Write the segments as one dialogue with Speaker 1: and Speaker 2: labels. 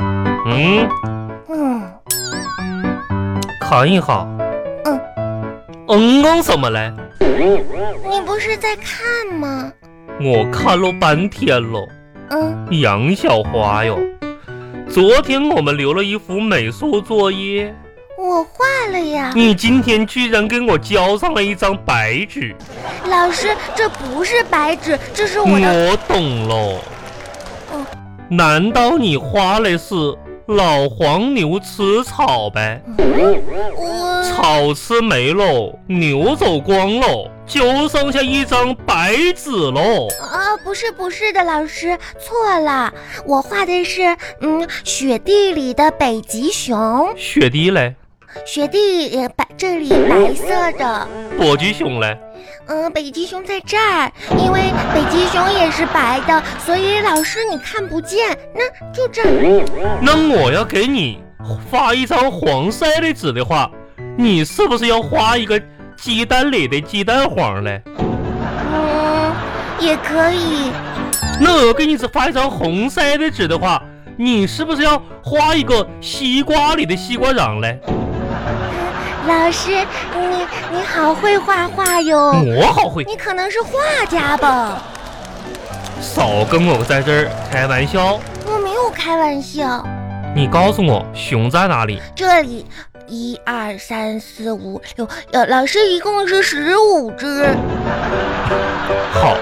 Speaker 1: 嗯，
Speaker 2: 嗯
Speaker 1: 看一下。
Speaker 2: 嗯
Speaker 1: 嗯嗯，怎么了？
Speaker 2: 你不是在看吗？
Speaker 1: 我看了半天了。
Speaker 2: 嗯
Speaker 1: 杨小花哟，昨天我们留了一幅美术作业，
Speaker 2: 我画了呀。
Speaker 1: 你今天居然给我交上了一张白纸。
Speaker 2: 老师，这不是白纸，这是我的。
Speaker 1: 我懂喽
Speaker 2: 哦。
Speaker 1: 难道你画的是老黄牛吃草呗？
Speaker 2: 嗯我
Speaker 1: 草吃没喽，牛走光喽，就剩下一张白纸喽。
Speaker 2: 啊，不是不是的，老师错了，我画的是嗯雪地里的北极熊，
Speaker 1: 雪地嘞，
Speaker 2: 雪地呃白这里白色的，
Speaker 1: 北极熊嘞，
Speaker 2: 嗯，北极熊在这儿，因为北极熊也是白的，所以老师你看不见，那就这儿。
Speaker 1: 那我要给你画一张黄色的纸的话，你是不是要画一个鸡蛋里的鸡蛋黄嘞？
Speaker 2: 嗯，也可以。
Speaker 1: 那我要给你只画一张红色的纸的话，你是不是要画一个西瓜里的西瓜瓤嘞？
Speaker 2: 老师，你你好会画画哟，
Speaker 1: 我好会，
Speaker 2: 你可能是画家吧？
Speaker 1: 少跟我在这儿开玩笑。
Speaker 2: 我没有开玩笑。
Speaker 1: 你告诉我熊在哪里？
Speaker 2: 这里一二三四五六，呃，老师一共是十五只。
Speaker 1: 好，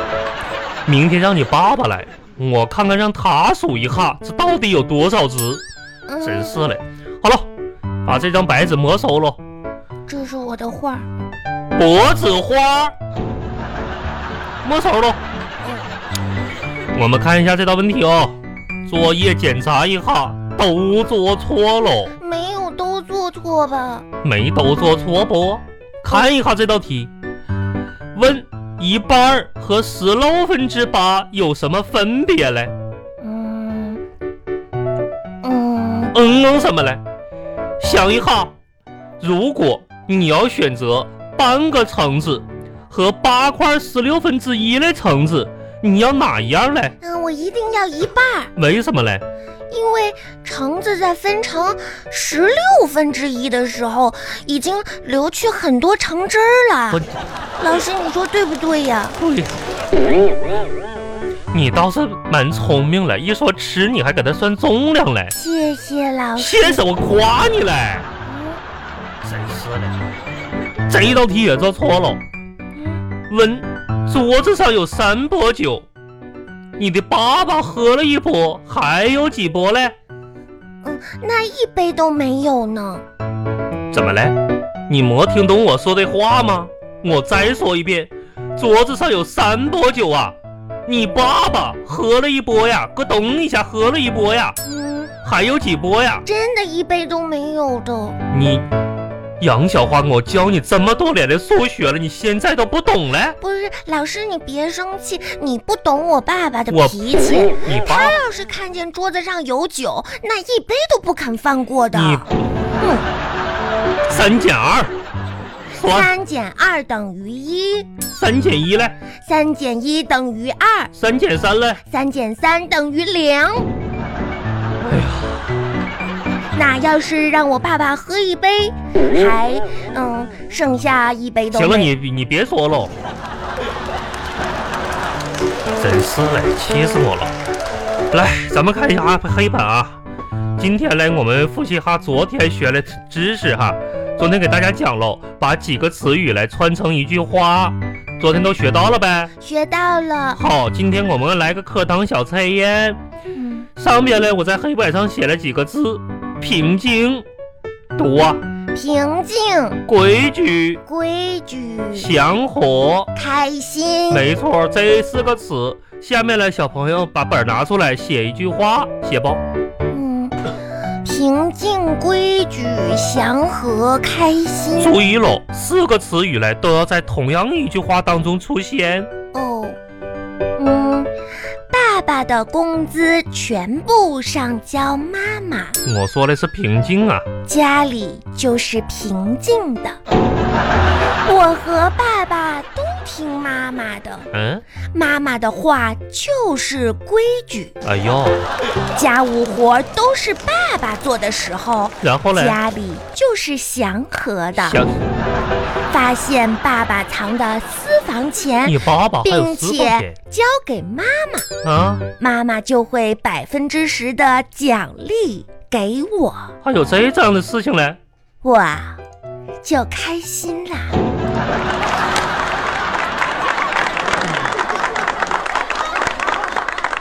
Speaker 1: 明天让你爸爸来，我看看让他数一下，这到底有多少只？
Speaker 2: 嗯，
Speaker 1: 真是嘞。好了，把这张白纸没收了。
Speaker 2: 这是我的画儿。
Speaker 1: 脖子花，没收了。我们看一下这道问题哦，作业检查一下，都做错了，
Speaker 2: 没有都做错吧？
Speaker 1: 没都做错不？看一下这道题，问一半儿和十六分之八有什么分别嘞？
Speaker 2: 嗯嗯
Speaker 1: 嗯嗯什么嘞？想一下，如果你要选择半个橙子和八块十六分之一的橙子，你要哪一样嘞？
Speaker 2: 嗯，我一定要一半儿，
Speaker 1: 为什么嘞？
Speaker 2: 因为橙子在分成十六分之一的时候，已经流去很多橙汁儿
Speaker 1: 我
Speaker 2: 了。老师，你说对不对呀？
Speaker 1: 对，你倒是蛮聪明嘞，一说吃你还给他算重量嘞，
Speaker 2: 谢谢老师。
Speaker 1: 先生我夸你嘞，
Speaker 2: 嗯
Speaker 1: 真是的，这一道题也做错了。
Speaker 2: 嗯
Speaker 1: 问桌子上有三波酒，你的爸爸喝了一波，还有几波嘞？
Speaker 2: 嗯，那一杯都没有呢。
Speaker 1: 怎么嘞？你没听懂我说的话吗？我再说一遍，桌子上有三波酒啊，你爸爸喝了一波呀，咯噔一下喝了一波呀，
Speaker 2: 嗯，
Speaker 1: 还有几波呀？
Speaker 2: 真的一杯都没有的。
Speaker 1: 你杨小花，我教你这么多年的数学了，你现在都不懂嘞？
Speaker 2: 不是，老师你别生气，你不懂我爸爸的
Speaker 1: 我
Speaker 2: 脾气。
Speaker 1: 你
Speaker 2: 他
Speaker 1: 爸，
Speaker 2: 要是看见桌子上有酒，那一杯都不肯放过的。
Speaker 1: 你
Speaker 2: 嗯，
Speaker 1: 三减二，算
Speaker 2: 三减二等于一，
Speaker 1: 三减一嘞，
Speaker 2: 三减一等于二，
Speaker 1: 三减三嘞。
Speaker 2: 三减三等于零。
Speaker 1: 哎
Speaker 2: 那要是让我爸爸喝一杯，还嗯剩下一杯都
Speaker 1: 行了，
Speaker 2: 没
Speaker 1: 你你别说了，真是的，气死我了！来，咱们看一下啊，黑板啊，今天来我们复习哈昨天学的知识哈。昨天给大家讲了，把几个词语来串成一句话，昨天都学到了呗。
Speaker 2: 学到了。
Speaker 1: 好，今天我们来个课堂小测验。
Speaker 2: 嗯，
Speaker 1: 上面呢，我在黑板上写了几个字：平静、读啊、
Speaker 2: 平静、
Speaker 1: 规矩、
Speaker 2: 规矩、
Speaker 1: 祥和。
Speaker 2: 开心。
Speaker 1: 没错，这四个词。下面呢，小朋友把本儿拿出来，写一句话，写吧。
Speaker 2: 嗯，平静、规矩、祥和、开心。
Speaker 1: 注意喽，四个词语呢都要在同样一句话当中出现。
Speaker 2: 哦，嗯，爸爸的工资全部上交妈妈，
Speaker 1: 我说的是平静啊，
Speaker 2: 家里就是平静的。我和爸爸都听妈妈的，
Speaker 1: 嗯，
Speaker 2: 妈妈的话就是规矩。
Speaker 1: 哎呦，
Speaker 2: 家务活都是爸爸做的时候，
Speaker 1: 然后嘞，
Speaker 2: 家里就是祥和的。
Speaker 1: 想
Speaker 2: 发现爸爸藏的私房钱，
Speaker 1: 你爸爸还有
Speaker 2: 并
Speaker 1: 私
Speaker 2: 且
Speaker 1: 房
Speaker 2: 交给妈妈，
Speaker 1: 钱啊？
Speaker 2: 妈妈就会百分之十的奖励给我，
Speaker 1: 还有这样的事情嘞？
Speaker 2: 我就开心啦。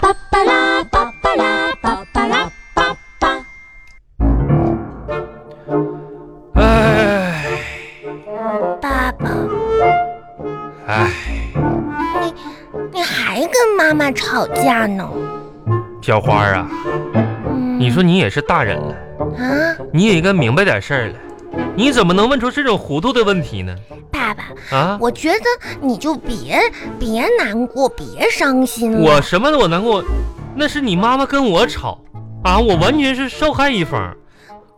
Speaker 2: 巴巴拉巴巴拉巴巴拉巴巴。
Speaker 1: 哎
Speaker 2: 爸爸，
Speaker 1: 哎，
Speaker 2: 你还跟妈妈吵架呢？
Speaker 1: 小花儿啊，
Speaker 2: 嗯
Speaker 1: 你说你也是大人了，
Speaker 2: 啊，
Speaker 1: 你也应该明白点事儿了，你怎么能问出这种糊涂的问题呢？
Speaker 2: 爸爸，
Speaker 1: 啊，
Speaker 2: 我觉得你就别别难过，别伤心了。
Speaker 1: 我什么我难过，那是你妈妈跟我吵啊，我完全是受害一方，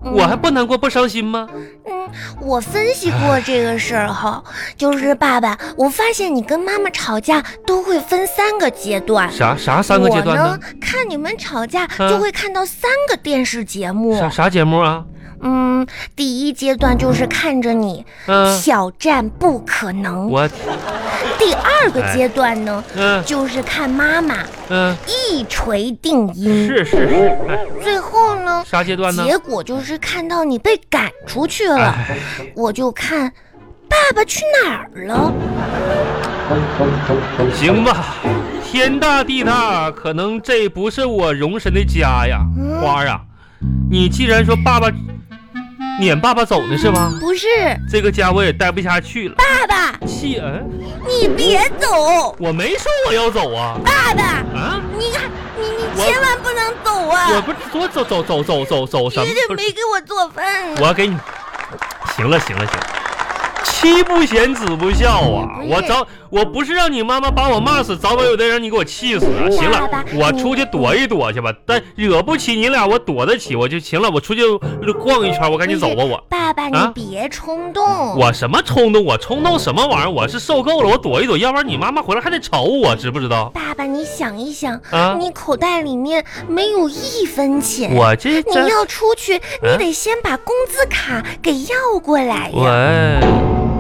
Speaker 2: 嗯
Speaker 1: 我还不难过不伤心吗？
Speaker 2: 嗯，我分析过这个事儿哈，就是
Speaker 1: 嗯
Speaker 2: 爸爸，我发现你跟妈妈吵架都会分三个阶段。
Speaker 1: 啥啥三个阶段
Speaker 2: 我
Speaker 1: 呢
Speaker 2: 呢？，看你们吵架就会看到三个电视节目。
Speaker 1: 啥啥节目啊？
Speaker 2: 嗯，第一阶段就是看着你
Speaker 1: 嗯，
Speaker 2: 挑战不可能。
Speaker 1: 我
Speaker 2: 第二个阶段呢，
Speaker 1: 嗯
Speaker 2: 就是看妈妈
Speaker 1: 嗯，
Speaker 2: 一锤定音。
Speaker 1: 是是是，哎
Speaker 2: 最后呢，
Speaker 1: 啥阶段呢？
Speaker 2: 结果就是看到你被赶出去了，
Speaker 1: 哎
Speaker 2: 我就看爸爸去哪儿了。
Speaker 1: 行吧，天大地大，可能这不是我容身的家呀
Speaker 2: 嗯，
Speaker 1: 花儿啊，你既然说爸爸撵爸爸走呢是吧？
Speaker 2: 不是，
Speaker 1: 这个家我也待不下去了，
Speaker 2: 爸爸，
Speaker 1: 气嗯，
Speaker 2: 你别走，
Speaker 1: 我没说我要走啊
Speaker 2: 爸爸，
Speaker 1: 啊，
Speaker 2: 你看你你
Speaker 1: 我
Speaker 2: 千万不能走
Speaker 1: 我
Speaker 2: 啊！
Speaker 1: 不是说走走走走走走什
Speaker 2: 你
Speaker 1: 么
Speaker 2: 也
Speaker 1: 不是？
Speaker 2: 没给我做饭啊呢。
Speaker 1: 我给你，行了行了行了，妻不贤子不孝啊！
Speaker 2: 不是
Speaker 1: 我早我不是让你妈妈把我骂死，早晚有一天让你给我气死啊！行
Speaker 2: 爸
Speaker 1: 了
Speaker 2: 爸，
Speaker 1: 我
Speaker 2: 你
Speaker 1: 出去躲一躲去吧，但惹不起你俩，我躲得起，我就行了。我出去逛一圈，我赶紧走吧，我。
Speaker 2: 爸爸，你
Speaker 1: 啊
Speaker 2: 别冲动。
Speaker 1: 我什么冲动？我冲动什么玩意儿？我是受够了，我躲一躲，要不然你妈妈回来还得吵我，知不知道？
Speaker 2: 爸爸，你想一想，
Speaker 1: 啊，
Speaker 2: 你口袋里面没有一分钱。
Speaker 1: 我啊这
Speaker 2: 你
Speaker 1: 这哎
Speaker 2: 要出去，你得先把工资卡给要过来呀。
Speaker 1: 我。